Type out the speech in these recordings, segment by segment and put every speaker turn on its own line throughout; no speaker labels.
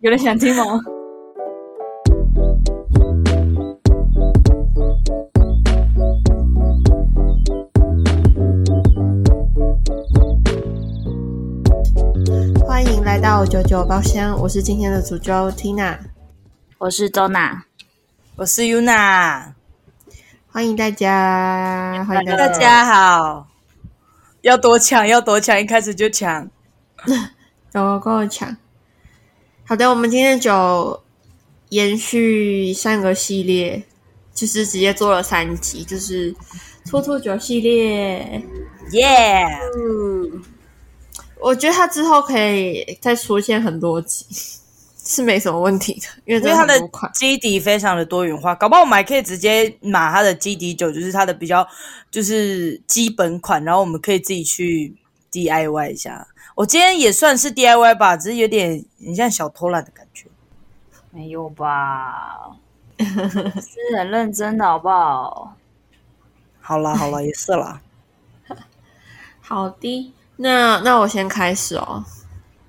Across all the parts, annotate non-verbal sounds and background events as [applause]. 有人想听吗？
欢迎来到九九包厢，我是今天的主角 Tina，
我是周娜，
我是 Yuna，
欢迎大家，欢迎大
大
家。
家好。要多抢，要多抢，一开始就抢。
有跟我抢。好的，我们今天的酒延续上个系列，就是直接做了三集，就是兔兔酒系列。
耶、
嗯，
我觉得它之后可以再出现很多集，是没什么问题的，因为
因
真
为它
很
的
多款。
基底非常的多元化，搞不好我们还可以直接买它的基底酒，就是它的比较就是基本款，然后我们可以自己去 DIY 一下。我今天也算是 DIY 吧，只是有点很像小偷懒的感觉。
没有 [laughs] 吧？是很认真的好不好？
好啦好啦，也是 [laughs] 啦。
好的，那那我先开始哦。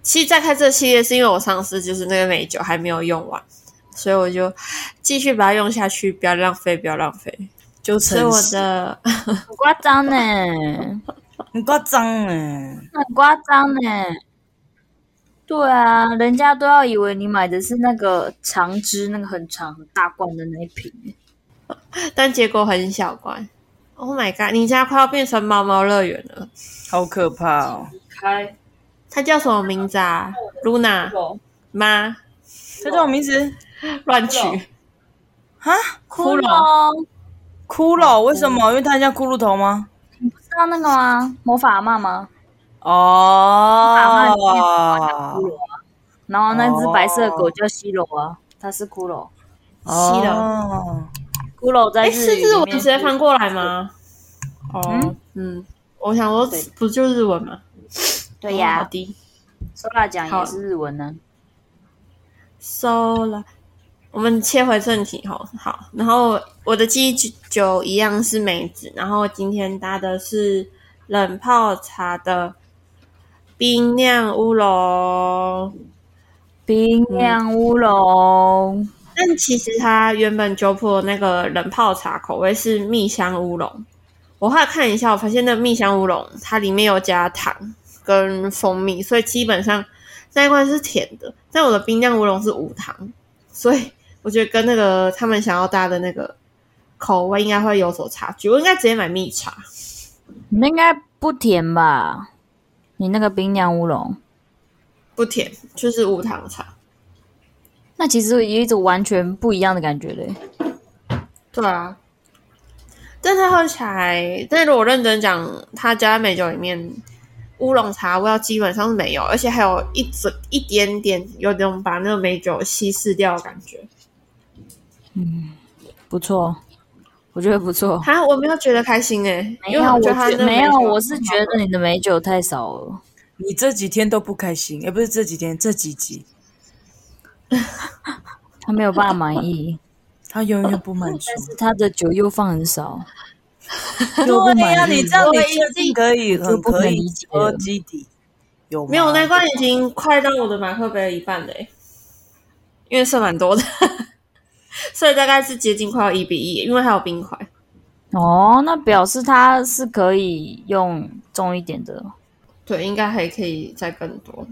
其实在开这个系列是因为我上次就是那个美酒还没有用完，所以我就继续把它用下去，不要浪费，不要浪费。
就
所以
成
我的
很夸张呢，
很夸张哎，
很夸张呢。对啊，人家都要以为你买的是那个长支，那个很长很大罐的那一瓶。
[laughs] 但结果很小罐。Oh my god！你家快要变成猫猫乐园了。
好可怕哦！
开
它叫什么名字啊？Luna
有
妈
这种名字
乱取
骷髅
哈，
骷
骷
髅，
骷髅为什么？因为它很像骷髅头吗？
知道那个吗？魔法阿嬷吗？骷
哦，
髅啊，然后那只白色的狗叫西罗啊，它是骷髅。
西的。
哦，
骷髅在
哎，
日
是
语
日
里
文
面
直接翻过来吗？哦
嗯，
嗯，我想说
对
不就日文吗？
对呀、
哦好的。
s o r a 讲也
好
是日文呢。
收了。我们切回正题吼，好，然后我的记忆酒一样是梅子，然后今天搭的是冷泡茶的冰酿乌龙，
冰酿乌龙，
但其实它原本酒谱的那个冷泡茶口味是蜜香乌龙，我后来看一下，我发现那蜜香乌龙它里面有加糖跟蜂蜜，所以基本上那一罐是甜的。但我的冰酿乌龙是无糖，所以我觉得跟那个他们想要搭的那个口味应该会有所差距。我应该直接买蜜茶，
你那应该不甜吧？你那个冰酿乌龙，
不甜，就是无糖茶。
那其实有一种完全不一样的感觉嘞。
对啊，但它喝起来，但如果认真讲，他家美酒里面乌龙茶味道基本上是没有，而且还有一整一点点有种把那个美酒稀释掉的感觉。
不错，我觉得不错。
哈，我没有觉得开心哎、
没
因为
有，
我
我
觉得它
觉
那个
没
美
有，
酒
我是觉得你的美酒太少了。
你这几天都不开心，哎也不是这几天，这几集
他没有办法满意，
他永远不满足
但。是他的酒又放很少，又不
[laughs] 对呀，
满意。
你这样你
我已
确定可以
就
很
不能
可以
理解
喝
了
基底？有吗
没有那罐已经快到我的马克杯一半了、欸，因为剩蛮多的， [laughs] 所以大概是接近快要一比一，因为还有冰块。
哦，那表示它是可以用重一点的。
对，应该还可以再更多。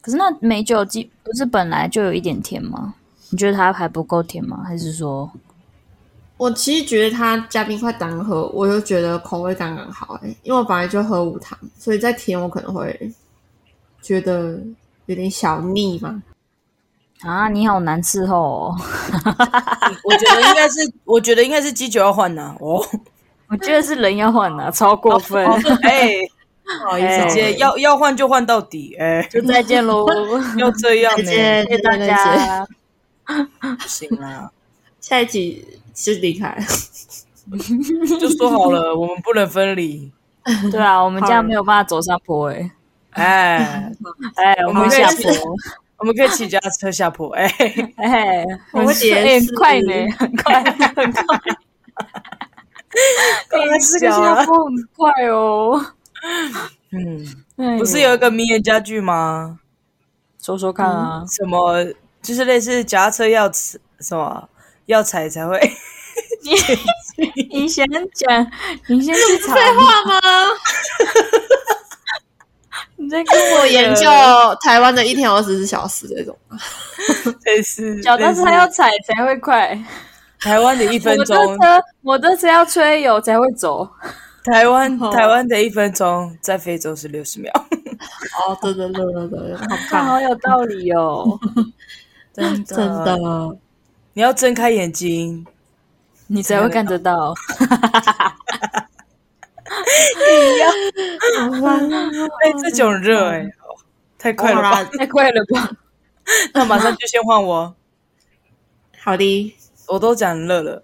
可是那美酒基不是本来就有一点甜吗？你觉得它还不够甜吗？还是说
我其实觉得它加冰块单喝，我就觉得口味刚刚好、欸，因为我本来就喝无糖，所以再甜我可能会觉得有点小腻嘛。
啊，你好难伺候哦？ [laughs]
我觉得应该是， [laughs] 我觉得应该是基酒要换呐。哦，
我觉得是人要换 [laughs] 的、超过分。
[laughs] 哎，
不好
意思
直接要要换就换到底，哎，
就再见喽，
要这样
再见，
呢？
[laughs] 谢谢大
再见再见
家。
不行啦，
下一集就离开。
就说好了，我们不能分离。
对啊，我们这样没有办法走上坡诶、欸。
哎，
哎，我们
我们
下
下
坡，
[laughs] 我们可以骑脚踏车下
[laughs]
坡。哎，
哎，
我会解释
哎很快呢，很快，很快，
刚才是个
下坡很快哦。
啊嗯，
哎呦
不是有一个名言佳句吗？
说说看啊，
什么就是类似脚踏车要踩什么要踩才会， [laughs]
你先讲，你先去查，
废话吗？
你在跟
我研究台湾的一天有二十四小时这种，
类似
脚踏车
类似
要踩才会快，
台湾的一分
摩托
钟，
车摩托车要吹油才会走。
台湾
哦
台湾的一分钟在非洲是六
[laughs]
十秒，
哦，对对对对对，好
看，
棒，
好有道理哦！
真
真的。
你要睁开眼睛，
[laughs] 你才会看得到。
好啦，
哎、这种热哎、
哦
太快了吧！
太快了吧？
那马上就先换我，
好的，
我都讲热了。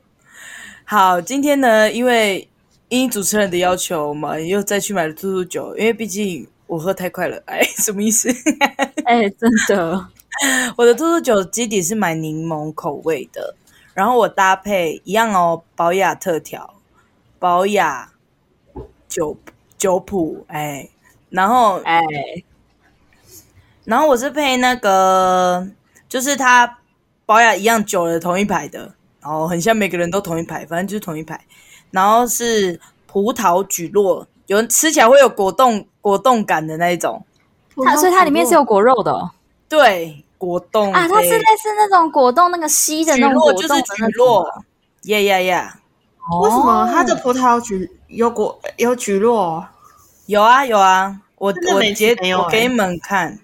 好，今天呢，因为因主持人的要求，我们又再去买了兔兔酒，因为毕竟我喝太快了。 [laughs] 哎，什么意思？
[laughs] 哎、真的，
我的兔兔酒基底是买柠檬口味的，然后我搭配一样哦，保雅特调，保雅酒酒谱，哎，然后
哎、
然后我是配那个，就是它保雅一样酒的同一排的，然后很像每个人都同一排，反正就是同一排。然后是葡萄菊络，有人吃起来会有果冻果冻感的那一种，
它所以它里面是有果肉的、哦、
对，果冻
啊，它是
诶
类似那种果冻那个吸的
菊
那种果
络
冻
就
的
是
那
菊
种
络，耶耶耶，
哦
为什么它的葡萄橘有果有橘络？
有啊有啊，我
真的
我
没
截
没有
我给
欸
你们看，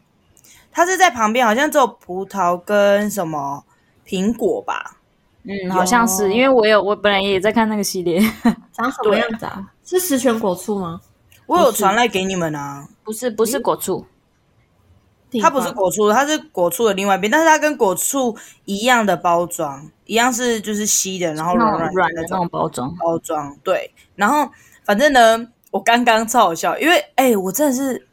它是在旁边，好像只有葡萄跟什么苹果吧，
嗯，好像是，因为我有我本来也在看那个系列，
长什么样子啊？是十全果醋吗？
我有传来给你们啊。
不是不是果醋，
它不是果醋，它是果醋的另外一边，但是它跟果醋一样的包装，一样是就是稀的，然后
那种
软软
软的
那
那种包装，
包装。对，然后反正呢，我刚刚超好笑，因为哎、我真的是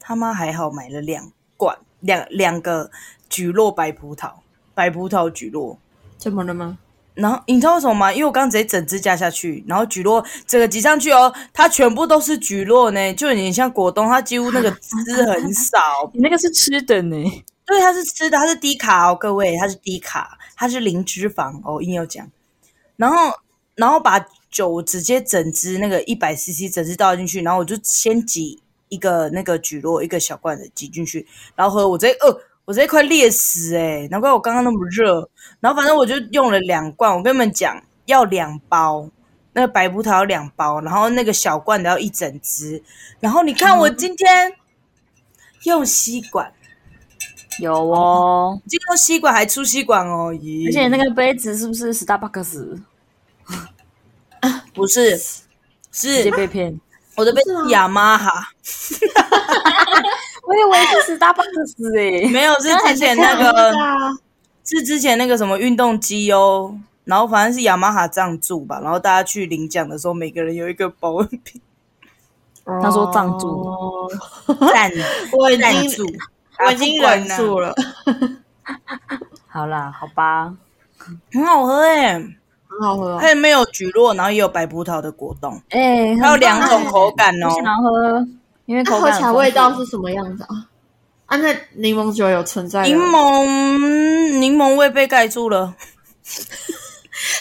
他妈还好买了两罐两两个菊络白葡萄，白葡萄菊络。
怎么了吗？
然后你知道为什么吗？因为我刚刚直接整只加下去，然后菊络整个挤上去哦，它全部都是菊络呢，就有点像果冻，它几乎那个汁很少，
你那个是吃的呢，
对，它是吃的，它是低卡哦，各位，它是低卡，它是零脂肪哦，硬要讲。然后，然后把酒直接整支那个一百 CC 整支倒进去，然后我就先挤一个那个菊络一个小罐子挤进去，然后喝，我直接呃，我直接快裂死哎、难怪我刚刚那么热。然后反正我就用了两罐，我跟你们讲，要两包。那个白葡萄要两包，然后那个小罐的要一整支，然后你看我今天用吸管，
有哦，
进入吸管还出吸管哦，咦？
而且那个杯子是不是 Starbucks
不是，
直接
是
被
[laughs]
骗？
我的杯是雅马哈，
我以为是 Starbucks 哎、
没有是之前那
对
个
啊
是之前那个什么运动机哦，然后反正是雅马哈赞助吧，然后大家去领奖的时候，每个人有一个保温瓶
他说藏住
哦
赞
我已
赞
经
助，啊
我已经忍住
了，
了，
好啦，好吧，
很好喝哎，
很好喝哦。
它里面有菊络，然后也有白葡萄的果冻，
哎、
还有两种口感
我
哦。
想喝，因为
那
口
喝
感
起来
很丰
味道
富
是什么样子啊？啊，那柠檬酒有存在的
柠檬柠檬味被盖住了，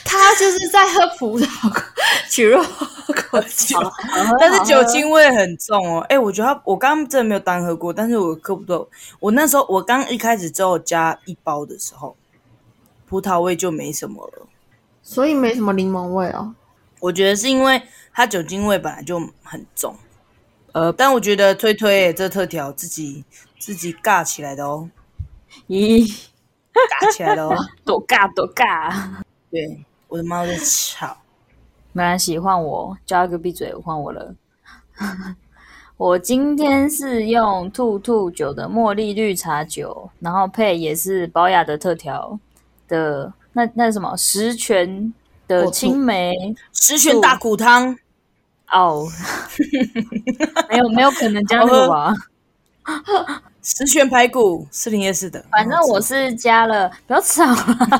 它就是在喝葡萄 [laughs] 曲肉
[laughs]
果酒，
[laughs] 但是酒精味很重哦。哎、我觉得它，我刚刚真的没有单喝过，但是我喝不到。我那时候我刚一开始只有加一包的时候，葡萄味就没什么了。
所以没什么柠檬味哦。
我觉得是因为它酒精味本来就很重，呃，但我觉得推推、这特调自己自己尬起来的哦，
咦，
尬起
[laughs]
来的哦。
多尬多尬，啊
对，我的猫在吵。
没关系，换我，叫一个闭嘴，换我了。 [laughs] 我今天是用兔兔酒的茉莉绿茶酒，然后配也是保雅的特调的那那什么十全的
果醋
青梅
十全大骨汤，
哦， [laughs] 没有没有可能加那个吧。
十全排骨，士林夜市的。
反正我是加了，不要吵 [laughs] 啦，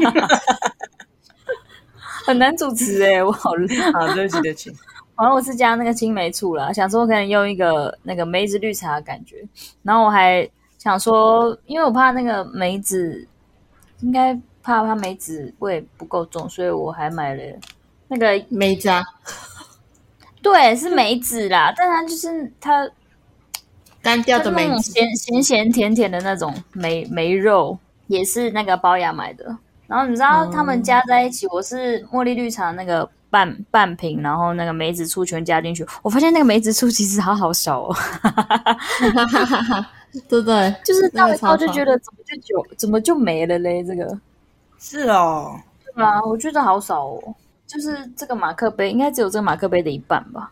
很难主持哎、我好累。
啊，对不起，对
[laughs]
不起。
然后我是加那个青梅醋啦，想说可能用一个那个梅子绿茶的感觉，然后我还想说，因为我怕那个梅子，应该怕它梅子味不够重，所以我还买了那个
梅子啊，
对，是梅子啦，但它就是它，
干掉
它
的
是那
梅
种
子。
咸咸咸甜甜的那种梅梅肉，也是那个包雅买的。然后你知道他们加在一起，我是茉莉绿茶那个半半瓶，然后那个梅子醋全加进去，我发现那个梅子醋其实好好少哦，
[laughs] 对对，
就是
那
到
个
一泡
超
就
爽
觉得怎么就酒怎么就没了嘞？这个
是哦，
对啊，我觉得好少哦，就是这个马克杯应该只有这个马克杯的一半吧。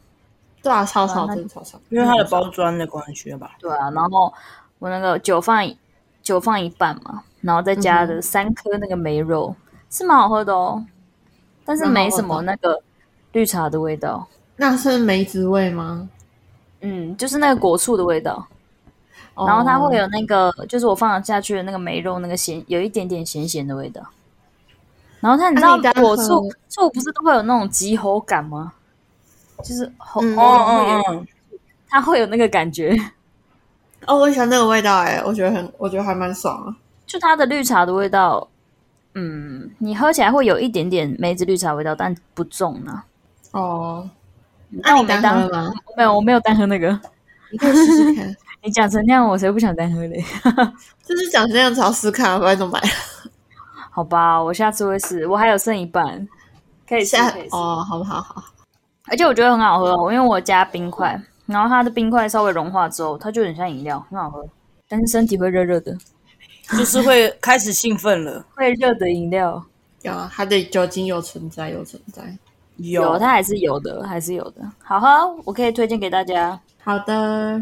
对啊，超少，
啊那
真的超少。
因为它的包装的关系吧。
对啊，然后我那个酒放一酒放一半嘛，然后再加了三颗那个梅肉，是蛮好喝的哦，但是没什么那个绿茶的味道，
那是梅子味吗？
嗯，就是那个果醋的味道，
哦
然后它会有那个就是我放下去的那个梅肉那个咸，有一点点咸咸的味道。然后它，你知
那
道
啊你等下
果
喝
醋醋不是都会有那种急喉感吗？就是喉
嗯
喉咙会
嗯
有，
嗯，
它会有那个感觉，
哦，我喜欢那个味道哎、我觉得很，我觉得还蛮爽啊。
就它的绿茶的味道，嗯，你喝起来会有一点点梅子绿茶味道，但不重呢、
哦，
但
那
我
啊你
没
单
当
喝吗？
没有，我没有单喝那个。
你可以试试
[laughs]
看，
你讲成那样，我才不想单喝嘞。 [laughs]
就是长这样子好试试看啊，不然怎么买？
好吧，我下次会试，我还有剩一半，可以试，
下
可以试。
哦，好不好？好，
而且我觉得很好喝、哦，因为我加冰块，然后它的冰块稍微融化之后，它就很像饮料，很好喝。但是身体会热热的，
就是会开始兴奋了。
会热的饮料
有啊，它的酒精有存在，有存在。
有，它还是有的，还是有的，好喝，我可以推荐给大家。
好的，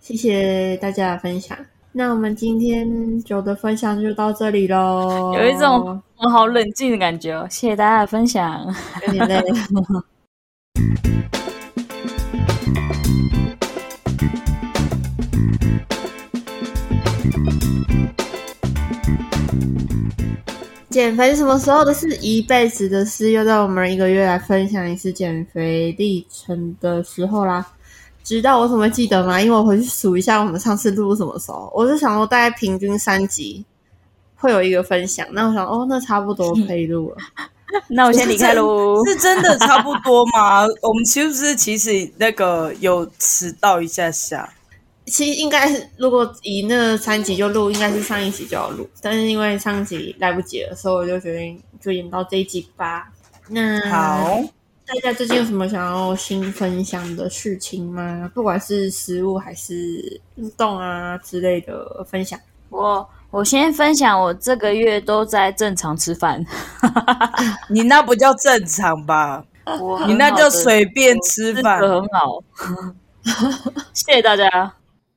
谢谢大家的分享。那我们今天酒的分享就到这里喽。
有一种我好冷静的感觉哦，谢谢大家的分享。
有点累。 [laughs] 减肥是什么时候的事？一辈子的事。又到我们一个月来分享一次减肥历程的时候啦。知道我怎么记得吗？因为我回去数一下我们上次录什么时候，我就想说大概平均三集会有一个分享。那我想哦，那差不多可以录了。
[laughs] 那我先离开喽。
是真的差不多吗？ [laughs] 我们是不是其实那个有迟到一下下？
其实应该是，如果以那三集就录，应该是上一集就要录，但是因为上一集来不及了，所以我就决定就演到这一集吧。那
嗯
好，
大家最近有什么想要新分享的事情吗？不管是食物还是运动啊之类的分享。
我我先分享，我这个月都在正常吃 [laughs] 饭，
你那不叫正常吧？
我
你那叫随便吃
很嗯好
饭
的，。很好。 [laughs] 谢谢大家，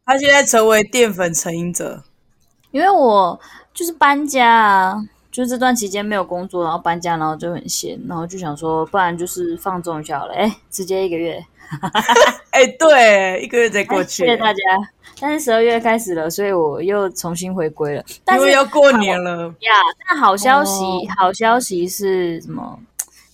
他现在成为淀粉成瘾者，
因为我就是搬家啊，就这段期间没有工作，然后搬家，然后就很闲，然后就想说，不然就是放纵一下好了，哎，直接一个月。哎
哎、对，一个月才过去，
谢谢大家。但是十二月开始了，所以我又重新回归了。但
因
是啊
为要过年了，
呀，那好消息，
哦
好消息是什么？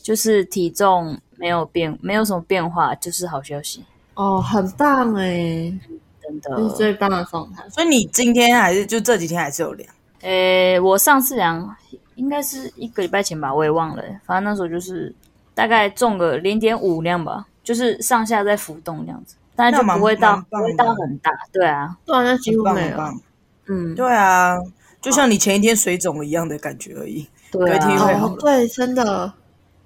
就是体重没有变，没有什么变化，就是好消息，
哦，很棒哎、
真
这是
的。
最棒的状态。
所以你今天还是就这几天还是有量。
诶、呃我上次量应该是一个礼拜前吧，我也忘了、反正那时候就是大概重个零点五那样吧，就是上下在浮动那样子，但是就
那蛮
不会到
蛮
不
棒的
会到很大，对啊，
对啊，那几乎
棒
没
很
有。
棒，
嗯，
对啊，就像你前一天水肿了一样的感觉而已。
对
隔天会
啊
好。
哦，对，真的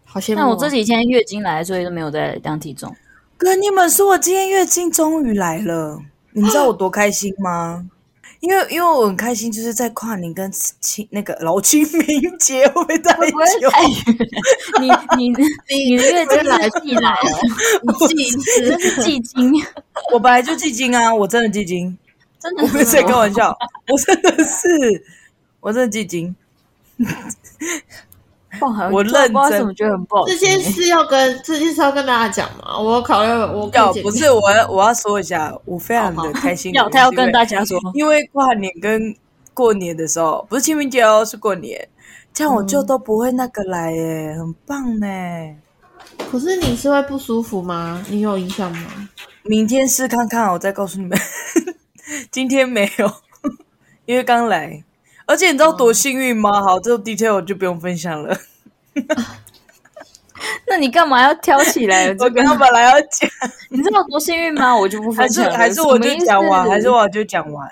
好羡慕哦。
但我这几天月经来，所以都没有在量体重。
跟你们说，我今天月经终于来了，你们知道我多开心吗？因为因为我很开心，就是在跨年跟清那个老清明节会不会太
不会
久？
太远。哎你你
[laughs]
你的月经
来
是寄来哦，
自己吃
那是寄经，
我本来就记经啊，我真的
[laughs]
记经，
真
我
的
不是在开玩笑，
哦
我真的是，我真的记经。
不好。不
我
知道
认
不知道
真
怎么觉得很不好
这
听
件
欸。
事要跟这件事要跟大家讲嘛，我考虑我可以
要
剪
不是我要，我要说一下，我非常的开心的
要
原因是因为。
他要跟大家说，
因为跨年跟过年的时候，不是清明节哦，是过年，这样我
嗯
就都不会那个来耶，很棒呢。
可是你是会不舒服吗？你有影响吗？
[laughs] 明天试看看，我再告诉你们。今天没有， [laughs] 因为刚来，而且你知道多幸运吗？好，这个 detail 我就不用分享了。
那你干嘛要挑起来？
我
这个
刚刚本来要讲，
[laughs] 你知道多幸运吗？我就不
还
分
是
享了。
还是我
什
就
么意思
讲完，还是我就讲完，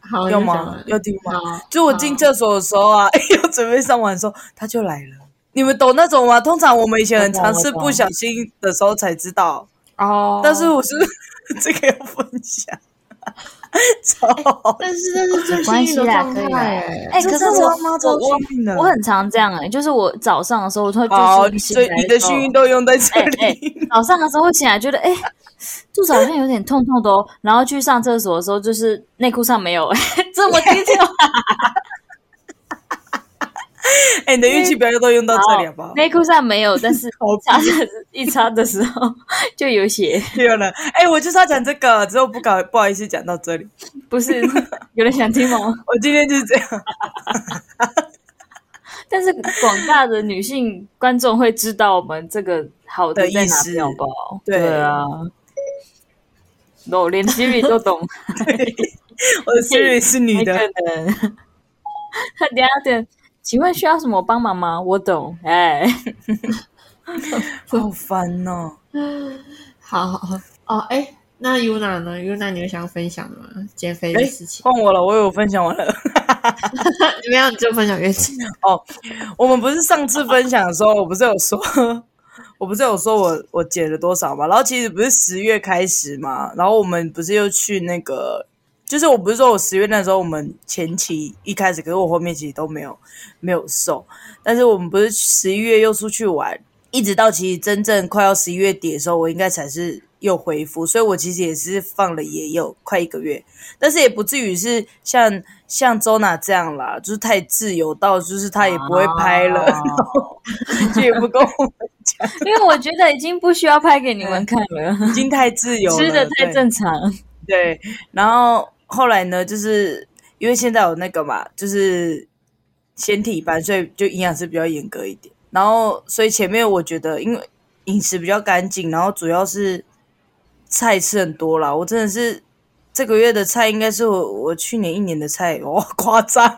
好，
要
就讲
吗
完？
要听吗？
好，
就我进厕所的时候啊，要准备上完的时候，他就来了。你们懂那种吗？通常我们以前很尝试
我懂
不小心的时候才知道，
哦，
但是我 [laughs] 是这个要分享，超好
但是这是最
关
幸
系
运的
啦，
状
可以啦。
态
哎、
欸，
可是
这真的
我
他妈
我
超幸运的
我我很常这样哎、就是我早上的时候我会 [laughs]
好，
就是
哦所
醒
以
来
你
的
的
时候
幸运都用在这
哎
里。 [laughs]
哎、早上的时候会醒来觉得哎、肚子好像有点痛痛的哦，然后去上厕所的时候就是内裤上没有、 [laughs] 哎，这么低
[laughs]
调，
哎、你的运气不要都用到这里好不好？
内裤上没有，但是擦的一擦的时候就有血，
[laughs] 天了，哎、我就是要讲这个，只是我不搞不好意思讲到这里。 [laughs]
不是有人想听吗？
我今天就是这
[laughs]
样，
但是广大的女性观众会知道我们这个好
的
在
意
哪
思
边，好不好？
对
啊，我连 Siri 都懂，
我的 Siri 是 [laughs] 女
没可
的，
能。 [laughs] 他等一下等，请问需要什么帮忙吗？我懂，哎，
好烦哦。
好好好哦，哎、那 Yuna 呢？Yuna，你有想分享的吗？减肥的
哎
事情？
换我了，我有分享完了。 [laughs]
没有，你就分享给自己。
我们不是上次分享的时候，我不是有说，我不是有说我我减了多少嘛？然后其实不是十月开始嘛，然后我们不是又去那个，就是我不是说我十月那时候我们前期一开始，可是我后面其实都没有没有瘦，但是我们不是十一月又出去玩，一直到其实真正快要十一月底的时候，我应该才是又恢复，所以我其实也是放了也有快一个月，但是也不至于是像像周娜这样啦，就是太自由到就是他也不会拍
[laughs]
了，
啊
就也不跟我
因为我觉得已经不需要拍给你们看了，
[laughs] 已经太自由了，
吃的太
对
正常，
对，然后后来呢，就是因为现在有那个嘛，就是先体班，所以就营养师比较严格一点。然后，所以前面我觉得，因为饮食比较干净，然后主要是菜吃很多啦。我真的是这个月的菜，应该是我我去年一年的菜，哇、 [laughs] 夸张，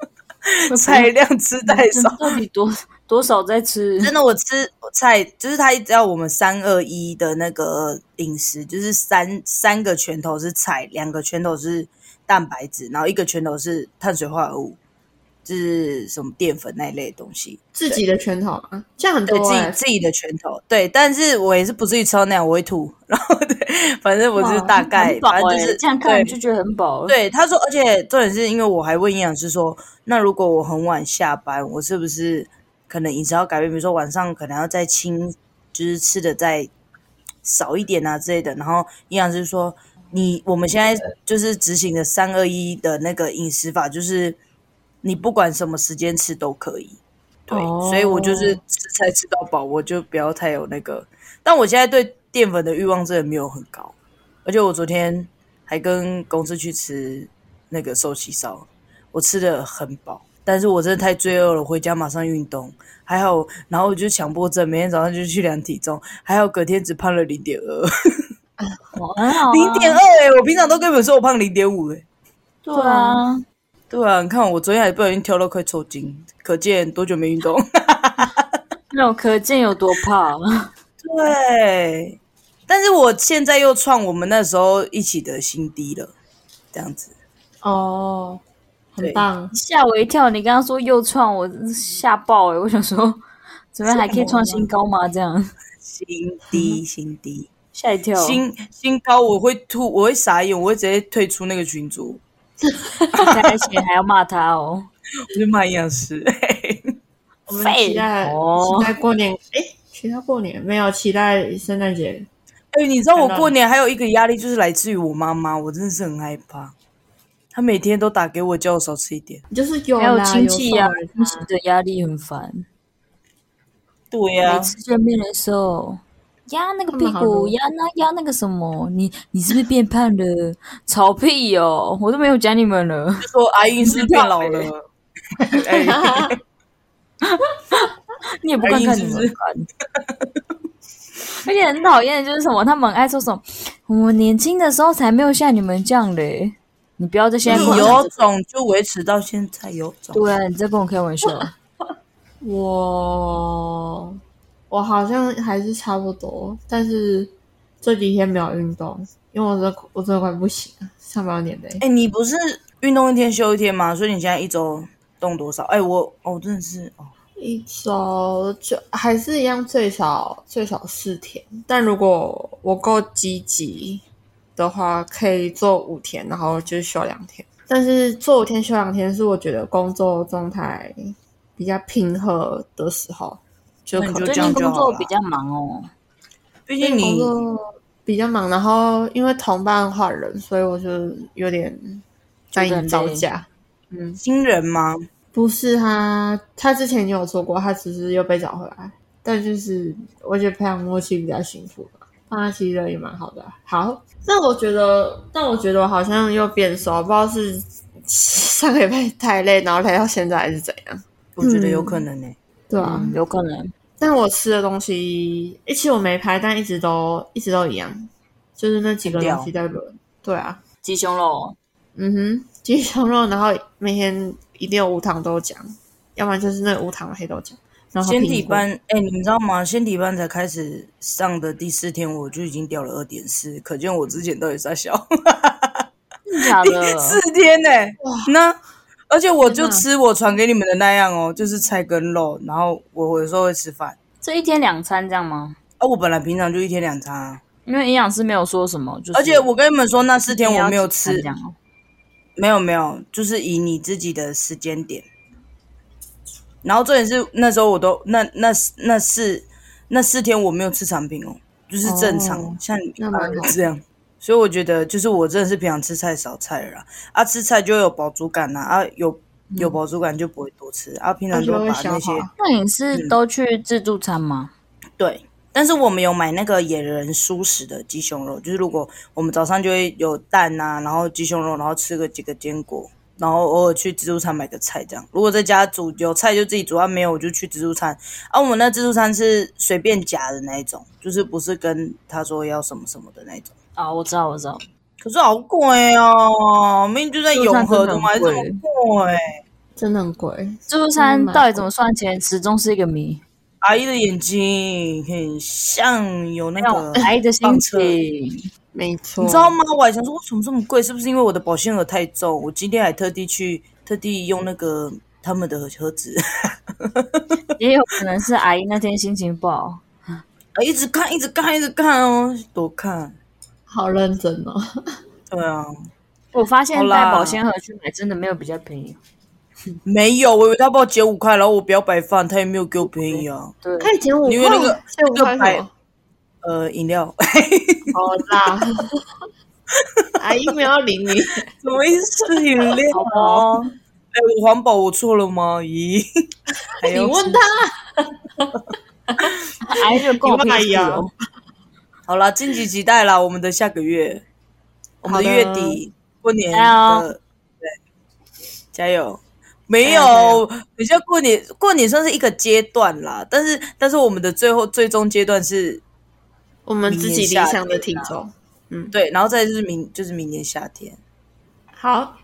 [laughs]
菜量吃太少。
到底多多少在吃？
真的，我吃菜就是他一直要我们三二一的那个饮食，就是三三个拳头是菜，两个拳头是蛋白质，然后一个拳头是碳水化合物，就是什么淀粉那一类的东西。
自己的拳头啊，这样很
对
多、
自己
欸。
自己的拳头，对，但是我也是不至于吃到那样，我会吐。 [laughs] 然后对，反正我就是
哇
大概
很，饱
反正就
欸
是
这样看
对
就觉得很饱了。
对，他说，而且重点是因为我还问营养师说，那如果我很晚下班，我是不是可能饮食要改变？比如说晚上可能要再轻，就是吃的再少一点啊之类的。然后营养师说，你我们现在就是执行的三二一的那个饮食法，就是你不管什么时间吃都可以。对，所以我就是吃菜吃到饱，我就不要太有那个。但我现在对淀粉的欲望真的没有很高，而且我昨天还跟公司去吃那个寿喜烧，我吃的很饱，但是我真的太罪恶了，回家马上运动，还好，然后我就强迫症，每天早上就去量体重，还好隔天只胖了零点二，
哇，很
哦
好啊
零点二哎，我平常都跟你们说我胖零点五哎，
对啊，
对啊，你看我昨天还不小心跳到快抽筋，可见多久没运动。 [laughs]
肉可见有多胖。
对，但是我现在又创我们那时候一起的新低了，这样子。
哦，很
对
棒。
[laughs] 吓我一跳！你刚刚说又创，我吓爆哎、我想说，怎么还可以创新高吗？这样
新
嗯
低，新低，
吓一跳。
新新高，我会吐，我会傻眼，我会直接退出那个群组，
而且还要骂他
[laughs]
哦，
我就骂营养师。 [laughs]
我们期待
废哦
期待过年，哎、期待过年没有？期待圣诞节。
哎、你知道我
真的
过年还有一个压力，就是来自于我妈妈，我真的是很害怕。她每天都打给我，叫我少吃一点。
就是有
还有
啦
亲戚呀、
有送
亲
人啊
戚的压力很烦，
对啊
每次见面的时候。压那个屁
啊他们好
股，
多
压那压那个什么，你你是不是变胖了？ [laughs] 吵屁哦！我都没有讲你们了，
就说阿英是不是变 [laughs] 老了。哎、
你也不看看你
哎
们
你是不
看。 [laughs] 而且很讨厌的就是什么，他们很爱说什么，我年轻的时候才没有像你们这样嘞。你不要再现在
你
跟我讲这
有
个
种就维持到现在，有种。
对，啊你在跟我开玩笑。
我我好像还是差不多，但是这几天没有运动，因为我真的我真的快不行了，上班有点累。
哎、你不是运动一天休一天吗？所以你现在一周动多少？哎、我哦，真的是哦，
一周就还是一样，最少最少四天。但如果我够积极的话，可以做五天，然后就休两天。但是做五天休两天是我觉得工作状态比较平和的时候，就
那你
可能
就
最
这样
近工
好
作
了嗯
比较忙哦，
毕
因
竟
为工
你
作比较忙，然后因为同伴换人，所以我就有点难以招架。嗯，
新人吗？
不是他，他之前也有做过，他只是又被找回来。但就是我觉得培养默契比较辛苦吧，但他其实人也蛮好的啊。好，但我觉得，但我觉得我好像又变熟，不知道是上个礼拜太累，然后累到现在，还是怎样？
我觉得有可能呢、欸
对啊，
嗯，有可能。
但我吃的东西，一起我没拍，但一直都一直都一样，就是那几个东西在轮。对啊，
鸡胸
哦
肉，
嗯哼，鸡胸肉，然后每天一定有无糖豆浆，要不然就是那无糖黑豆浆。然后
先
苹
体
果
班，哎、你们知道吗？先体班才开始上的第四天，我就已经掉了二点四，可见我之前到底在笑
真的假
[laughs] 四
的？
天呢、那而且我就
天哪
吃我传给你们的那样哦，就是菜跟肉，然后我有时候会吃饭。
这一天两餐这样吗？
啊，我本来平常就一天两餐、啊，
因为营养师没有说什么，就是
而且我跟你们说，那四天
一定要
我没有
几餐
吃
这，样哦。
没有没有，就是以你自己的时间点。然后重点是那时候我都那那那四那四天我没有吃产品哦，就是正常、
哦
像你
那蛮好
这样。所以我觉得就是我真的是平常吃菜少菜了啦，啊吃菜就有饱足感呐、啊，有有饱足感就不会多吃，啊平常
那就
就
会
把
消
那些
化
那你
嗯
是都去自助餐吗？
对，但是我们有买那个野人素食的鸡胸肉，就是如果我们早上就会有蛋啊，然后鸡胸肉，然后吃个几个坚果，然后偶尔去自助餐买个菜这样。如果在家煮有菜就自己煮，啊没有我就去自助餐。啊，我们那自助餐是随便夹的那一种，就是不是跟他说要什么什么的那一种。
啊、我知道，我知道，
可是好贵哦，明明就在
自助餐
永和，
真的
怎么还
很
这么贵？
真的很贵，
自助
嗯
餐到底怎么算钱，始终是一个谜。
阿姨的眼睛很像有那
让
个
我阿姨的心
棒车
情，
没错。
你知道吗？我还想说，为什么这么贵？是不是因为我的保鲜盒太重？我今天还特地去特地用那个他们的盒子，
也有可能是阿姨那天心情不好。
哎一直看，一直看，一直看哦，多看。
好认真哦，
对啊，
我发现
好啦
带保鲜盒去买真的没有比较便宜。
没有，我以为他帮我减五块，然后我不要白饭，他也没有给我便宜啊。
对，
可以减五块，
因为那个
减五块
那个白
什么
呃，饮料 [laughs]
好啦，阿姨没有理你，
什么意思？饮料？
好吧
哎、我环保我错了吗？咦， [laughs] 还
你
要
问他，
阿姨就跟我
你问阿姨啊
屁事哦
好
嗯
啦，敬请期待啦，我们的下个月，我们的
好的
月底过年
加油
的，对，加油！没
加油
有，比较过年，过年算是一个阶段啦，但是但是我们的最后最终阶段是
我们自己理想的体重。
对，然后再就是明就是明年夏天，
好，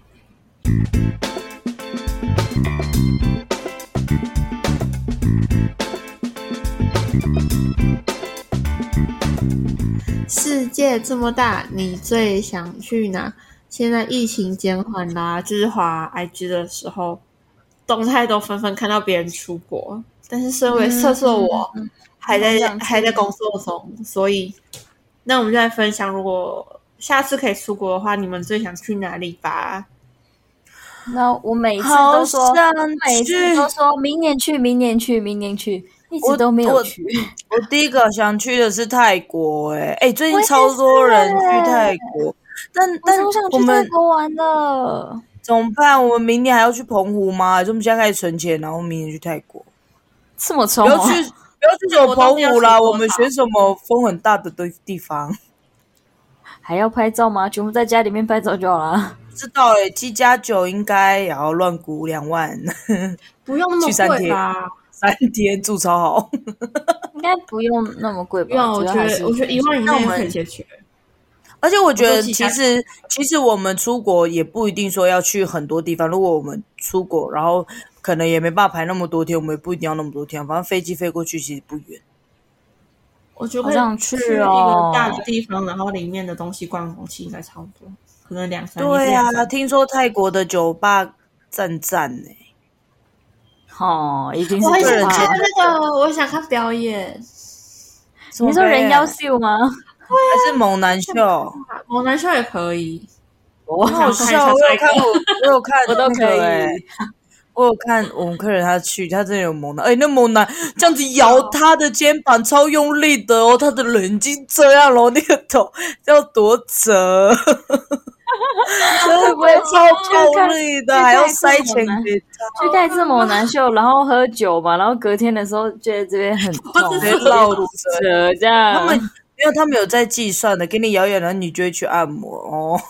世界这么大，你最想去哪？现在疫情减缓啦，就是滑 IG 的时候，动态都纷纷看到别人出国，但是身为社社我，还
我
在
想去
还在工作中，所以那我们就来分享，如果下次可以出国的话，你们最想去哪里吧？
那我每次
好
都说，
想
每次
去。
都说明年去，明年去，明年去，一
我
直都没
我
有去。
我第一个想去的是泰国、欸，哎、最
我
近
也
超多
是
人去泰国，但
我
但
超想
我
去泰
们
国玩的。
怎么办？我们明年还要去澎湖吗？还是我们现在开始存钱，然后明年去泰国？
这么冲
不
哦、
要去，不要去什么澎湖啦，我们选什么风很大的地地方？
还要拍照吗？全部在家里面拍照就好了。
[laughs] 不知道哎、欸，七加九应该也要乱估两万， [laughs]
不用那
去三
么贵
天
吧？
三天住超好。
应该不用那么贵
不用，
吧？
我
主要
觉
还是
得我觉得一万以
那我
内
们
可以解决。
而且我觉
我
得
做其
其
他
实其实我们出国也不一定说要去很多地方，如果我们出国，然后可能也没办法排那么多天，我们也不一定要那么多天，反正飞机飞过去其实不远。
我觉得
好
可以
想
去
去
一个
哦
大的地方，然后里面的东西逛东西应该差不多，可能两三
对
呀、
呀、听说泰国的酒吧赞赞欸呢、
哦，一定是
我很
这
想
人
样
间
看那个，我很想看表演。
你说人妖
妖还
秀吗？ [laughs]
是猛男秀？
猛男哦秀也可以，
我
很好笑，我有看我我有看
[laughs] 我都可以
那个欸我有看我们客人他去，他真的有猛男，哎、那猛男这样子摇
哦
他的肩膀超用力的哦，他的人已经这样了，那个头要多
[laughs]
折，会不会超用力
[laughs] 去
的，
看
还要塞钱给
去看一次猛
哦
男秀，然后喝酒嘛，然后隔天的时候觉得这边很
我
痛，
只是
他，直接落折。
折 [laughs] 这样。
他们因为他们有在计算的，给你摇一摇，然后你就会去按摩 [laughs] 哦。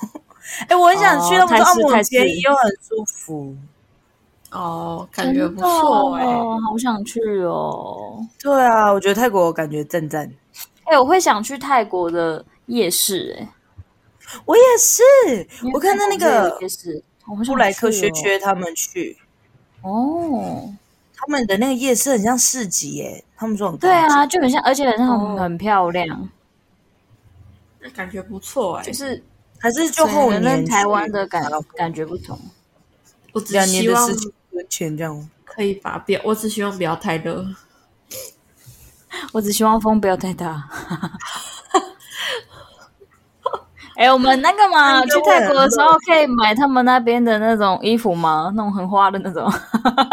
哎、我很想去，
哦
他们说
泰
按
式
摩
泰
很
式
便宜又很舒服。
哦，感
真
觉
的
不错哎、
哦，好想去哦。
对啊，我觉得泰国感觉赞赞。
哎、我会想去泰国的夜市、哎，
我也是，
因为
我看到那
泰国
个
有夜市，我好想去
布莱克学
哦
学他们去，
哦，
他们的那个夜市很像市集耶，他们说很
对
干净，
啊，就很像，而且很像
哦
很漂亮，
那欸感觉不错哎、
就是
还是就
整
后
个
年
跟
去
台湾的感
然后
感觉不同。
我只
两年
希
的
望
事情前
[laughs]
这样。
可以把表，我只希望不要太热。
我只希望风不要太大。 [laughs] 哎、我们那个嘛， [laughs]
那
去
应该会
泰国哎的时候可以买他们那边的那种衣服吗？那种很花的那 [laughs] 种，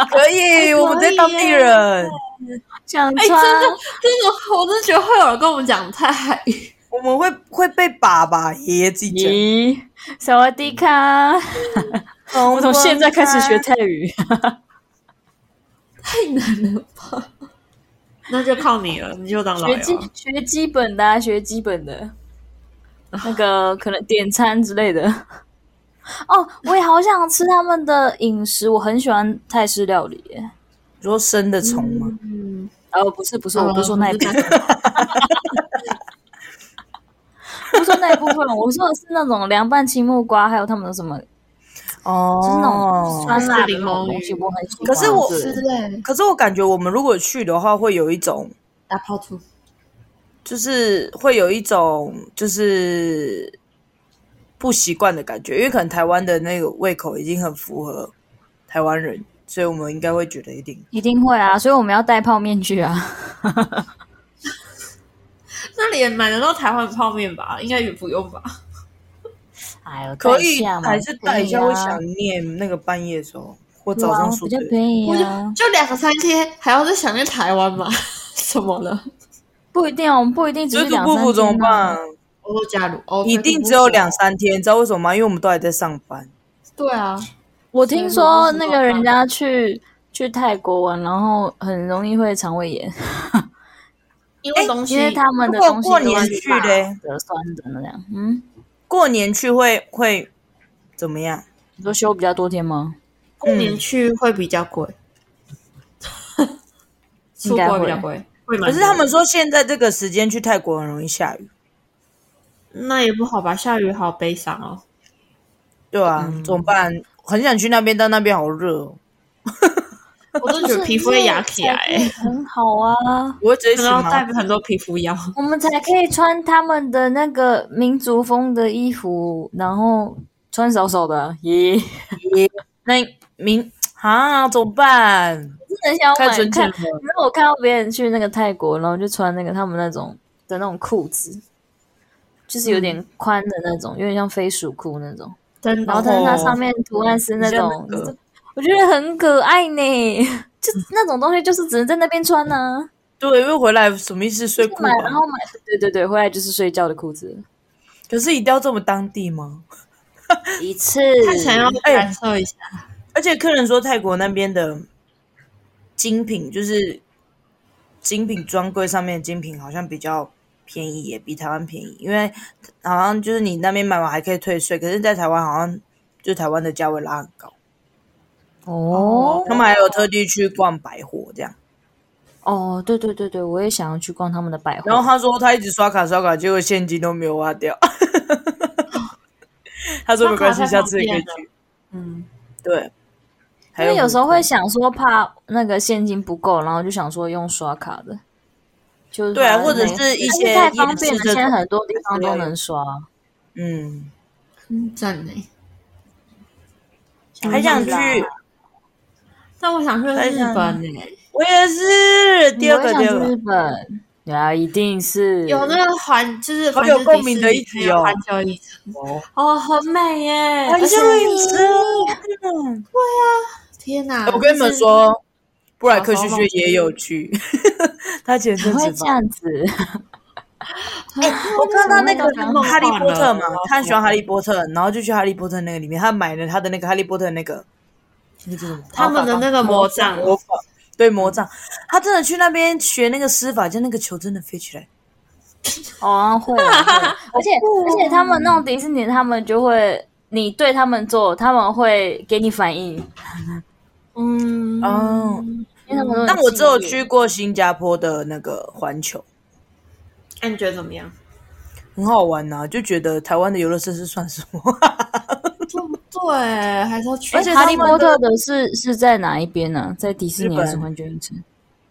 可以，我们在当地
啊
人，
想穿。
哎、真的，这种我真的觉得会有人跟我们讲泰语，
我们会会被爸爸爷爷自己讲。
咦，萨瓦迪卡！
我
我从现在开始学泰语。
太难了吧？那就靠你了，你就当老
学
幺
基。学基本的、啊，学基本的，那个可能点餐之类的。 [laughs] 哦，我也好想吃他们的饮食，我很喜欢泰式料理耶。
你说生的虫吗？
嗯，
哦，不是不是，我不是说那一部
哦
分，不是说那一部分，我说的是那种凉拌青木瓜，还有他们的什么，就是那种
哦，
酸辣的
柠
那种
檬
东西，
鱼
我很喜欢。
可是我
对
嘞，
可是我感觉我们如果去的话，会有一种
打泡芙。
就是会有一种就是不习惯的感觉，因为可能台湾的那个胃口已经很符合台湾人，所以我们应该会觉得一定
一定会啊，所以我们要带泡面去啊。
那里也买得到台湾泡面吧？应该也不用吧？
哎呦，
可
带一
以，
下嘛
还是带一下
便宜
会
啊
想念那个半夜的时候或
对啊
早上宿
比较
醉。
便宜
我
啊
就。就两个三天，还要再想念台
[laughs]
湾吗？怎么了？
不一定哦，我们不一定只
追
是
逐
两
不
三
服怎么
天啊
办？
我加入哦，
一定只有两。三天，你知道为什么吗？因为哦我们都还在上班。
对啊，
我听说那个人家去去泰国玩，然后很容易会肠胃炎，
哎因为东西
因为他们的
如果
东西
过
都
年
是
去
辣
嘞
的、酸的那样。嗯，
过年去会会怎么样？
你说休比较多天吗？
过年嗯去会比较贵，出国比较贵，会蛮贵
可是他们说现在这个时间去泰国很容易下雨，
那也不好吧？下雨好悲伤哦。
对啊，怎么办？很想去那边，但那边好热哦。
[laughs] 我都觉得皮肤会痒起来、欸，
很好啊，
我会直接
然后
荨麻
带很多皮肤
[laughs]
药。
我们才可以穿他们的那个民族风的衣服，然后穿少少的，啊 [laughs] 耶！
那明啊，怎么办？
真的很想
太
买
存钱
看
了，。
然后我看到别人去那个泰国，然后就穿那个他们那种的那种裤子，就是有点宽的那种，有点像飞鼠裤那种。
真
然后但是它上面图案是那种，
哦你像那个
我觉得很可爱呢。 [laughs] 就那种东西，就是只能在那边穿呢、啊。
对，因为回来什么意思？睡裤
买然
吧。
后买，对对对，回来就是睡觉的裤子。
可是一定要这么当地吗？
一次，
他想要
哎
感受一下，
而且客人说泰国那边的精品，就是精品专柜上面的精品好像比较便宜耶，也比台湾便宜，因为好像就是你那边买完还可以退税，可是在台湾好像就台湾的价位拉很高。
哦
他们还有特地去逛百货这样。
哦，对对对对，我也想要去逛他们的百货。
然后他说他一直刷卡刷卡，结果现金都没有花掉。 [laughs] 他说没关系，
烧烤太
下次也可以
方
去。
嗯，
对，还
因为有时候
火
会
锅
想说怕那个现金不够，然后就想说用刷卡的，就是
对啊，
反正
或者
没
是一
但
些
欸太方便了，
夜市这
现在
种
很多地方都
还是要
能刷。
嗯，欸
嗯赞嘞！
还想去，
但我想去日本欸呢、
我也是第二个
你会
第二
嗯想去日
个，
本，对啊，一定是
有那个环，就是
好
环
有
球
共鸣的
迪士
一
尼
集哦
还有环球影城
哦
哦，很美耶！
环球
而且
影城。
天哪！
哦我跟你们
就是，
说，布莱克
小
旭
时候
旭也有去，他前阵
不会
子
这
吧。
样子。
哎我看到那个
梦
哈利波特
幻
嘛
了，
他很喜欢哈利波特，然后就去哈利波特那个里面，他买了他的那个哈利波特那个，那个叫什么
他们的那个魔杖
魔法，对魔杖，他真的去那边学那个施法，就那个球真的飞起来，
哦，会啊，
[laughs]
会啊而且而且他们
哦
弄迪士尼，他们就会，你对他们做，他们会给你反应，
嗯
哦
因为他们都很
但我只有
敬业
去过新加坡的那个环球，
那你觉得怎么样？
很好玩呐、就觉得台湾的游乐设施算什么？
对，还是要去
而且
哈
他
利
们
波特
的
的是是在哪一边呢？在迪士尼还是
日本
环球影城？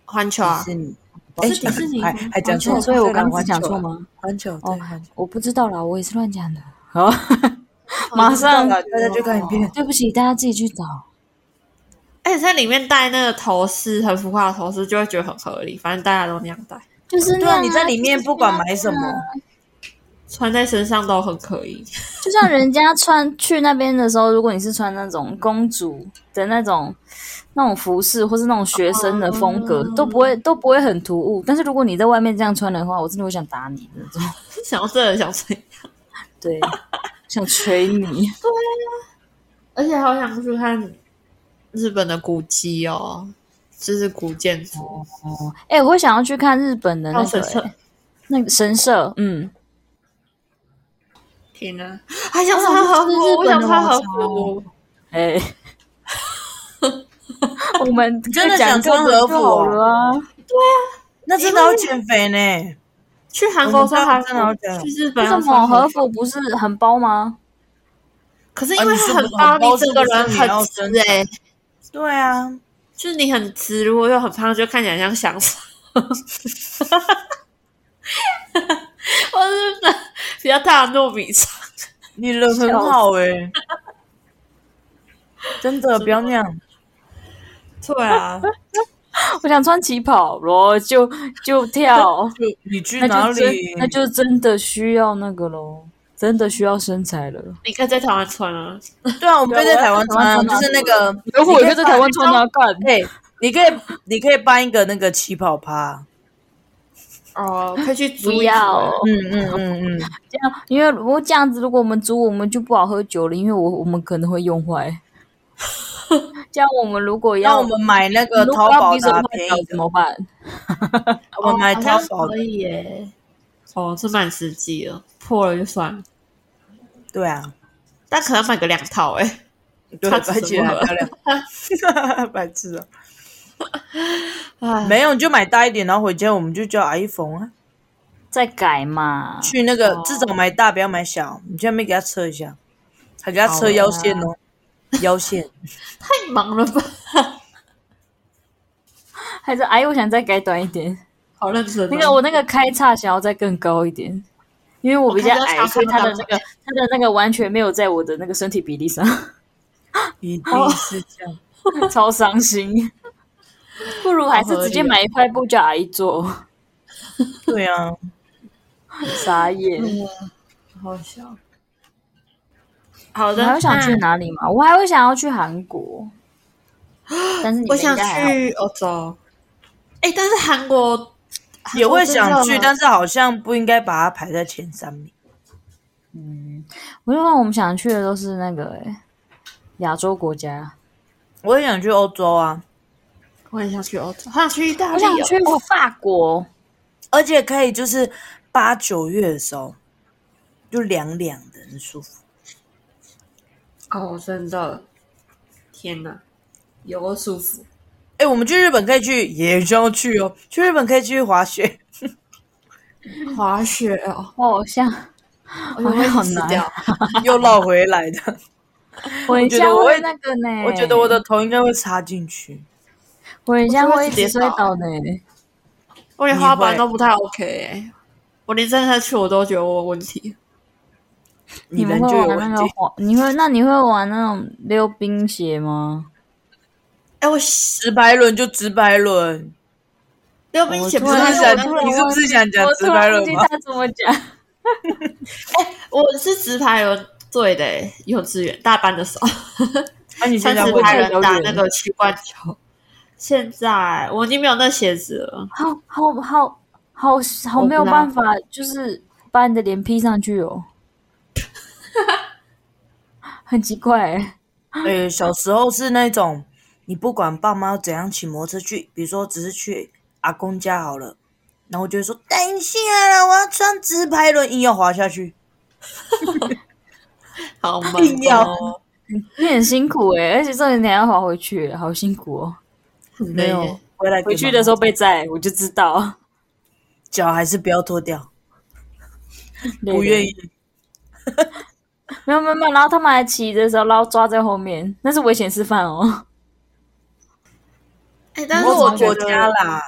环球啊，
是你，
是
[laughs] 哎
迪士尼吗
还还讲错，
哦所以我刚
刚
刚
环
讲
球
错
啊？
吗？
环球对
哦
环球，
我不知道啦，我也是乱讲的。哦好，马上，
大家去看影片。
对不起，大家自己去找。
而哎且在里面戴那个头饰，很浮夸的头饰，就会觉得很合理。反正大家都那样戴，
就是啊
对
那样
啊，
啊
你在里面不管买什么，
穿在身上都很可以。
就像人家穿去那边的时候，如果你是穿那种公主的那种那种服饰，或是那种学生的风格，
哦
都不会都不会很突兀。但是如果你在外面这样穿的话，我真的会想打你那种，
[laughs] 想要这人想吹，
[laughs] 对，想捶 [laughs] 你。
而且好想去看日本的古迹哦，就是古建筑，
哎、我会想要去看日本的
还
那
有
个、
哦神社
欸。那个神社，嗯，
天哪，还想穿和服，我
我想去日本的
想穿和
王
服。
哎、 [laughs] 我们
真的
就讲
想穿
这个就
和服
好
哦
了啊？
那真的要减肥呢。
去韩国穿韩
我们真的好
服，
想
去日本
为
要
什
穿
么和
和服。
服不是很包吗？
可是因为
啊你
它
说不
很
是
包，
很包
哦你整个人
是不是你要
很
伸
直哎，
对啊，
就是你很直，如果又很胖，就看起来像香肠。 [laughs] 我是不是比较大的糯米肠，
你人很好哎，真的不要那样。
对啊，
我想穿旗袍咯，就就 [laughs] 跳，
就你去哪
那就真
里？
那就真的需要那个咯，真的需要身材了。
[laughs] 你可以在台湾穿啊。
对啊，我们可以在台湾穿
对
啊，
我
就
要在
是那个，
如果我
你可
在
以
台湾穿它干，
办，对，哎你可以你可以办一个那个旗袍趴。
哦，可以去租
不
一
要哦
组
嗯嗯嗯嗯，
这样，因为如果这样子，如果我们租，我们就不好喝酒了，因为我我们可能会用 [laughs] 坏。这样我们如果
那
要
我们买那个
如
淘
果要
宝
比手
的啊
画
便
脚
宜
怎
的，
么办？
我们买
好
淘
像
宝
可
的。
以耶。哦，这蛮实际的，破了就算了，
对啊，
但可能买个两套哎。
对，
他只
摆起来
是
漂 [laughs] 亮，白痴啊！
唉，
没有，你就买大一点，然后回家我们就叫阿姨缝啊。
再改嘛，
去那个
哦
至少买大，不要买小。你去那边给他测一下，还给他测腰线哦，腰线。
太忙了吧？
还是哎，我想再改短一点。
[laughs] 好认真哦。
那个我那个开叉想要再更高一点，因为我比较
我看
矮，
到
所以它的那
小
个它的那个完全没有在我的那个身体比例上，
一定是这 [laughs] 样。
超伤心。不如还是直接买一块布叫阿姨做，
对啊，
傻眼。
好笑。好
你
的，
还会想去
那
哪里吗？我还会想要去韩国，但是你
我
们应
想
该还好
去欧洲。哎，但是韩国
也会想去，但
是
是好像不应该把它排在前三名。
我就问我们想去的都是那个欸亚、洲国家，
我也想去欧洲啊，
我很想去欧洲，好想去意大
我
利哦。
想去法国。
而且可以就是八九月的时候，就凉凉的，很舒服。
哦，真的，天哪，有够舒服。
哎，我们去日本可以去，也需要去哦。 [laughs] 去日本可以去滑雪，
滑雪哦，
我好像
我就会死掉。
又绕回来的。
我很
觉得
像
我会
会那个呢，
我觉得我的头应该会插进去。
我很像
我觉得
会一
直接
直摔
倒
倒呢。
我连滑板
你会
都不太 OK，、欸、我连站下去我都觉得我有问题。
你
人
们会
就有
玩
问
那
题
个。滑？你会那你会玩那种溜冰鞋吗？
哎、我
直白轮就直白轮，
溜冰鞋不是
我突
你
然
是
那
想
种
我突然
你是不是想讲
我
直
突
白
然忘
轮
记
吗？
他怎么讲。
我是直排轮队的、欸幼稚园大班的时候，
那啊你
三
现在
直
会
排
太
轮打
遥远
那个曲棍球。现在我已经没有那鞋子了，
好好好好好
我
没有
不知道
办法，就是把你的脸 P 上去 [laughs] 哦，很奇怪、欸。 [laughs]
呃，小时候是那种，你不管爸妈怎样骑摩托车去，比如说只是去阿公家好了，然后我就会说等一下啦，我要穿直排轮，硬要滑下去，
好哦吗？
硬要。
你很辛苦哎、而且重点你还要滑回去、好辛苦哦。
没
没
有回来给
回去的时候被载，我就知道，
妈妈脚还是不要脱掉，
不
不愿。意。
没有没有没有，然后他们还骑的时候，然后抓在后面，那是危险示范哦。
哎、但是
我
我
们
觉
国
得
家啦，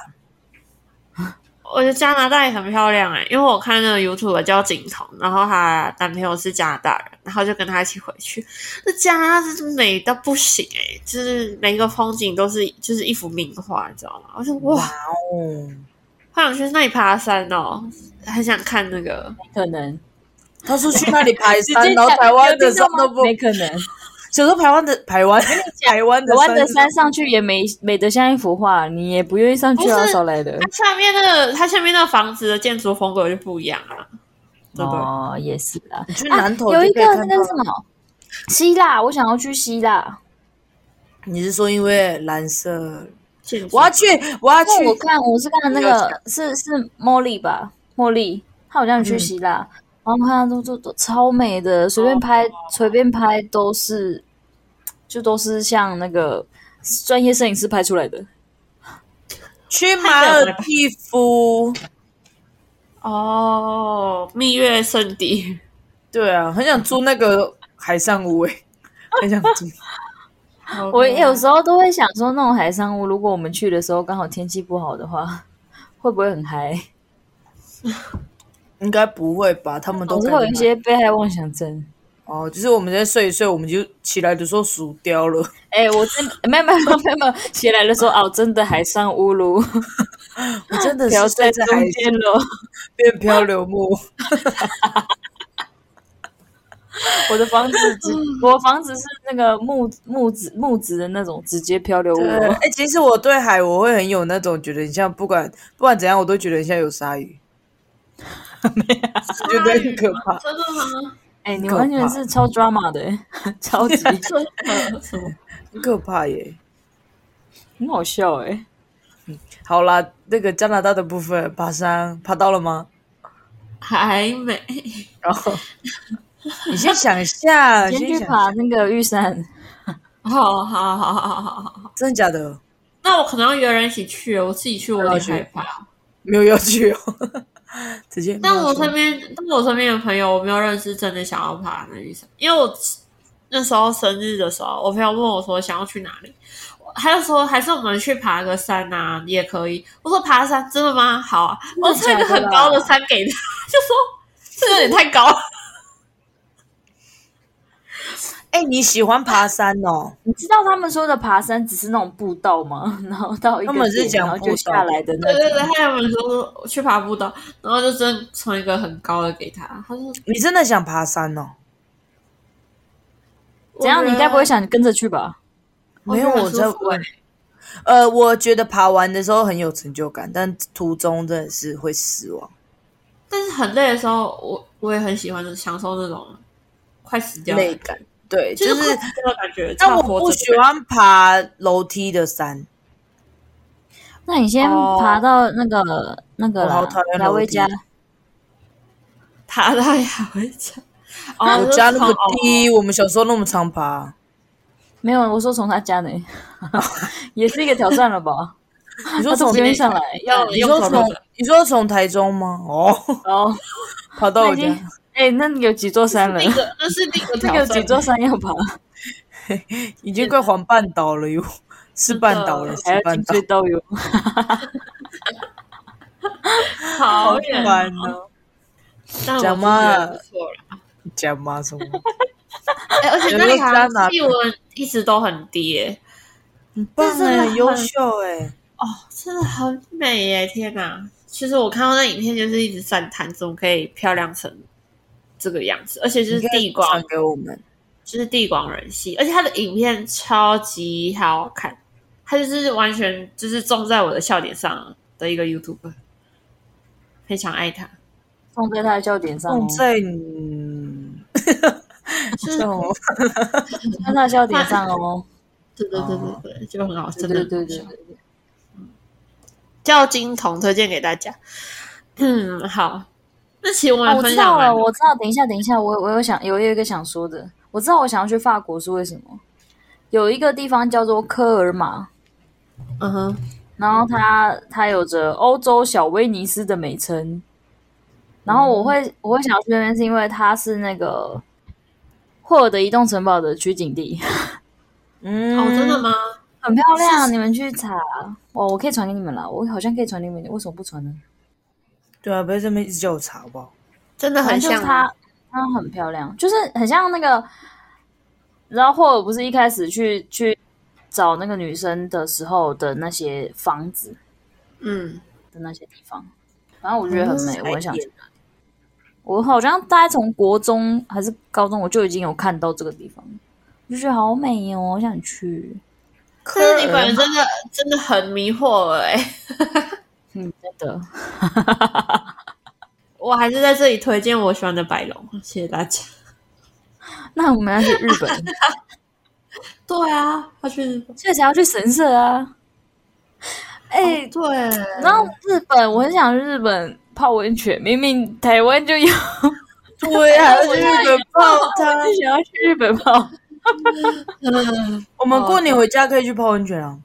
我觉得加拿大也很漂亮哎、因为我看那个 YouTube 叫景彤，然后她男朋友是加拿大人，然后就跟她一起回去。那加拿大是美到不行哎、就是每一个风景都是就是一幅名画，你知道吗？我说
嗯
哇，
哦，
好想去那里爬山哦，很想看那个。
嗯
可能，
他说去那里
[laughs]
排
直
[laughs] 山，
接
啊然后
讲
台湾的
有听到
山
吗
都不，
没可
[laughs]
能，
小时候台湾的台湾 [laughs] 台湾
台湾的
的
山上去也美美得像一幅画，你也不愿意上去
不
啊，
是
少来的
它。下面那个，它下面那个房子的建筑风格就不一样啊，对不对？
哦，也是啊。
你去南投
有一
就可以
个
看
那个
到
什。么希腊，我想要去希腊。
你是说因为蓝色？
建筑
我要去，哦我要去
因为我看我是看那
不要
个是是茉莉吧，茉莉，她好像
嗯
去希腊，然后看她都都都超美的，随便
哦
拍随便拍都是，就都是像那个专业摄影师拍出来的。
去马尔蒂夫。
哦，蜜月圣地。
对啊，很想住那个海上屋 [laughs] 诶、很想住。哦
我有
时
时候都会想说，那种海上屋，如果我们去的时候刚好天气不好的话，会不会很嗨？
应该不会吧？他们都
总是
感
会
觉
有一些被害妄想症。
哦，就是我们在睡一睡，我们就起来的时候数掉了。
哎、我真没有没有没有没有，起来的时候哦，真的海上乌噜。
我 [laughs] 真的
飘
是
在
睡在
中
海
间了。
边漂流木，
我的房子直，我房子是那个木木质木质的那种，直接漂流
对，
我。
哎、其实我对海我会很有那种觉得，你像不管不管怎样，我都觉得很像有鲨鱼，没有，觉得很可 [laughs] 怕。
真的吗？
哎、你
可
完全
怕
是超 drama 的、欸 [laughs] 超级
什么？
很可怕耶！
很好笑哎、
好啦，那个加拿大的部分，爬山爬到了吗？
[laughs] 还没。
然后 [laughs] 你先想一下，
先去
想一下，
爬那个玉山，
哦好好好好好好，
真的假的？
那我可能要约人一起去，我自己去我有点害怕。
没有要去哦， [laughs] 直接没
但
有要
我
去。
身边，但我身边的朋友，我没有认识真的想要爬那玉山，因为我那时候生日的时候，我朋友问我说想要去哪里，他就说还是我们去爬个山啊，也可以。我说爬山真的吗？好啊，我
真的
推个
假的
很
啦
高的山给他， [laughs] 就说这有点太高了。
哎、你喜欢爬山哦？
你知道他们说的爬山只是那种步道吗？ [laughs] 然后到一个
他们是
点
讲
然后
步
就
道
下来的那
对
种。
对对，还有人说去爬步道，然后就真的传一个很高的给他，他说
你真的想爬山哦？
怎样？你该不会想跟着去吧？
没有，我
我觉
在
得很舒服欸
呃，我觉得爬完的时候很有成就感，但途中真的是会失望。
但是很累的时候，我我也很喜欢享受那种快死掉的
累感，对，
就
就是
快
是。
死掉的感觉。
但我
差活着
不
的
喜欢爬楼梯的山，
那你先
哦
爬到那个、那个
我好
啦
讨厌
亚
楼
威
梯
家，
爬到也会讲，哦，
[laughs] 我
就是
家那么
从哦
低，我们小时候那么常爬，
没有，我说从他家呢， [laughs] 也是一个挑战
[laughs]
了吧？
你
他
说
从
从
啊这边上来，要
要
你说
用手
从
的
你说从台中吗？哦， [laughs]
哦，
跑到
那
我
已
家
经，
哎、
哎、哎、那有几座山了
那？个那是另一
[laughs]
个
那
挑
个有
战，
几座山要爬？
已经快环半岛了哟，是半岛了，
还
是
要
半
进隧，
岛
道哟。
好远哦，
完了，
但我
讲嘛
是觉得不错了。
讲嘛什么？
哎而且
有
那
没有
里
加哪
好像气温一直都很低耶，
很棒
这真的
哎，很优
很
秀哎，
真的很美耶！天哪，其实我看到那影片就是一直赞叹，怎么可以漂亮成这个样子，而且就是
你可以
地广
传，给我们，
就是地广人稀，而且他的影片超级好看，他就是完全就是中在我的笑点上的一个 YouTube，非常爱他，
放在他的笑点上、哦
放，在你
就是
这种
放在他的笑点上
[laughs]
哦。
对对对对对，就很好，
对
真的
对
很
对
好
对
笑。
对，
叫金童推荐给大家。嗯，好，那其实我
啊
们
我
分
知
享
道
完
了，
了，
我知道。等一下，等一下，我我有想有一个想说的，我知道我想要去法国是为什么？有一个地方叫做科尔玛，
嗯哼，
然后它它有着欧洲小威尼斯的美称。然后我会我会想要去那边，是因为它是那个霍尔的移动城堡的取景地， [laughs]
嗯，
哦，真
嗯
的吗？
很漂亮。你们去查哦，我可以传给你们了。我好像可以传给你们，为什么不传呢？
对啊，不要这么一直叫我查好不好？
真的
反
很
正就是
像
她，她很漂亮，就是很像那个，然后霍尔不是一开始去去找那个女生的时候的那些房子
嗯，
的那些地方，反正我觉得很美，
嗯
我很想
踩
去。我好像大概从国中还是高中，我就已经有看到这个地方，我就觉得好美哦，我想去。
但是你
科
本
尔
人真的真的很迷惑哎、
嗯，真的，
我还是在这里推荐我喜欢的白龙，谢谢大家。
那我们要去日本，
对啊，他去日本，
确实要去神社啊。哎、
对，
然后日本，我很想去日本泡温泉，明明台湾就有，
对啊，而且日本泡汤，
就想要去日本泡。
嗯，
我们过年回家可以去泡温泉啊，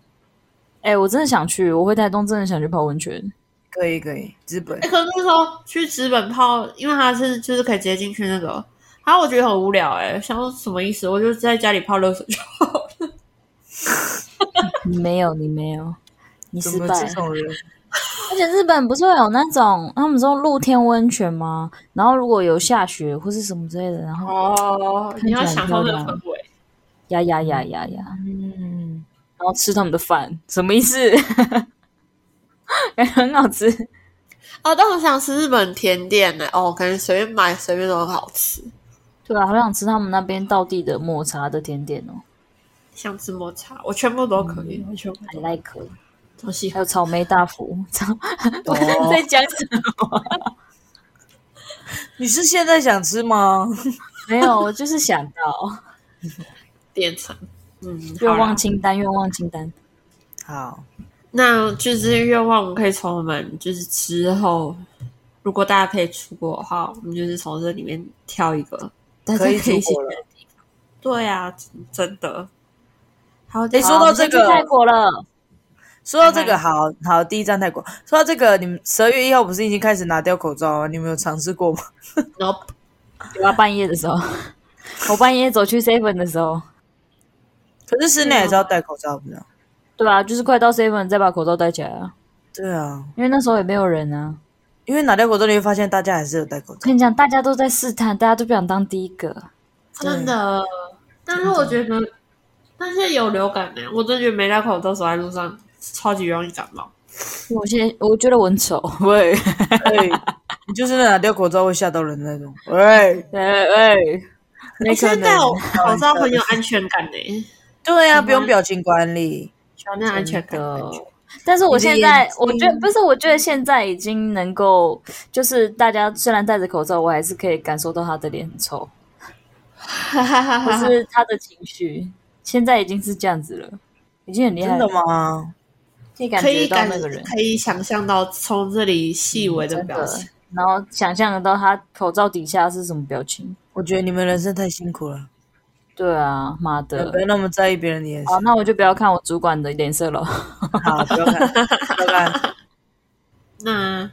哎、我真的想去，我回台东真的想去泡温泉。
可以可以，日本
哎、可是那时候去纸本泡，因为他是就是可以直接进去那个，然后我觉得很无聊哎、想说什么意思？我就在家里泡热水就好了。
你没有，你没有，你
怎
失
么
败。
这种人？
而且日本不是会有那种他们说露天温泉吗？然后如果有下雪或是什么之类的，然后
哦，你要享受那个氛围。
呀呀呀呀呀，
嗯，
然后吃他们的饭，什么意思？ [laughs] 感觉很好吃。
哦，但我想吃日本甜点呢。哦，感觉随便买随便都很好吃，
对啊，好想吃他们那边道地的抹茶的甜点哦，
像吃抹茶，我全部都可以，嗯我全部
还 like 哦。
都喜
还
欢。
有草莓大福，草 [laughs]
哦
在讲什么？
你是现在想吃吗？ [laughs]
没有，我就是想到
变成嗯，
愿
好啦
望清单，愿望清单。
好，
那就是愿望，我们可以从我们就是之后，如果大家可以出国的话，我们就是从这里面挑一个大家
可以
可以一
出
起
国了。
对啊，真的。好，
哎，
好
说到
我们
这
先去
个，
泰国了，
说到这个，
嗯
好好，第一站泰国。说到这个，你们十二月一号不是已经开始拿掉口罩了？你们有尝试过吗？
然后
有啊，半夜的时候， [laughs] 我半夜走去 seven 的时候，
可是室内还是要戴口罩，不是啊？
对啊，就是快到 seven 再把口罩戴起来啊，
对啊，
因为那时候也没有人啊。
因为拿掉口罩，你会发现大家还是有戴口
我
[laughs] 罩。
跟你讲，大家都在试探，大家都不想当第一个。
真的，但是我觉得，但是有流感呢、我真的觉得没戴口罩走在路上超级容易感冒。
我现在我觉得我很
[laughs]
丑，喂
对，哎你就是那拿掉口罩会吓到人的那种。哎喂，
喂喂，
哎
没可
现在戴
哦
能，啊
口罩很有 [laughs] 安全感呢、
对啊，不用表情管理。
喜欢那种安全感 [laughs] 的感
的
觉。。
但是我现在
你的眼，睛
我觉得不是，我觉得现在已经能够，就是大家虽然戴着口罩，我还是可以感受到他的脸很臭，
哈哈哈
或
哈！
是他的情绪，现在已经是这样子了，已经很厉害
真
了
的，吗？
可以感
可
觉
以
到
感
那个人，
可以想象到从这里细微的
嗯真
表
的
情。，
然后想象得到他口罩底下是什么表情。
我觉得你们人生太辛苦了，
对啊，妈
不
的！
要那么在意别人的眼
好，
[laughs] 神。
那我就不要看我主管的脸色了。 [laughs]
好，不要看，不要看。
那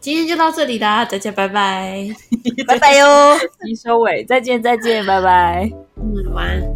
今天天就到这里啦，大家拜拜。
[laughs] 拜拜哟。哦
你收尾，再见，再见，拜拜。
嗯，晚安。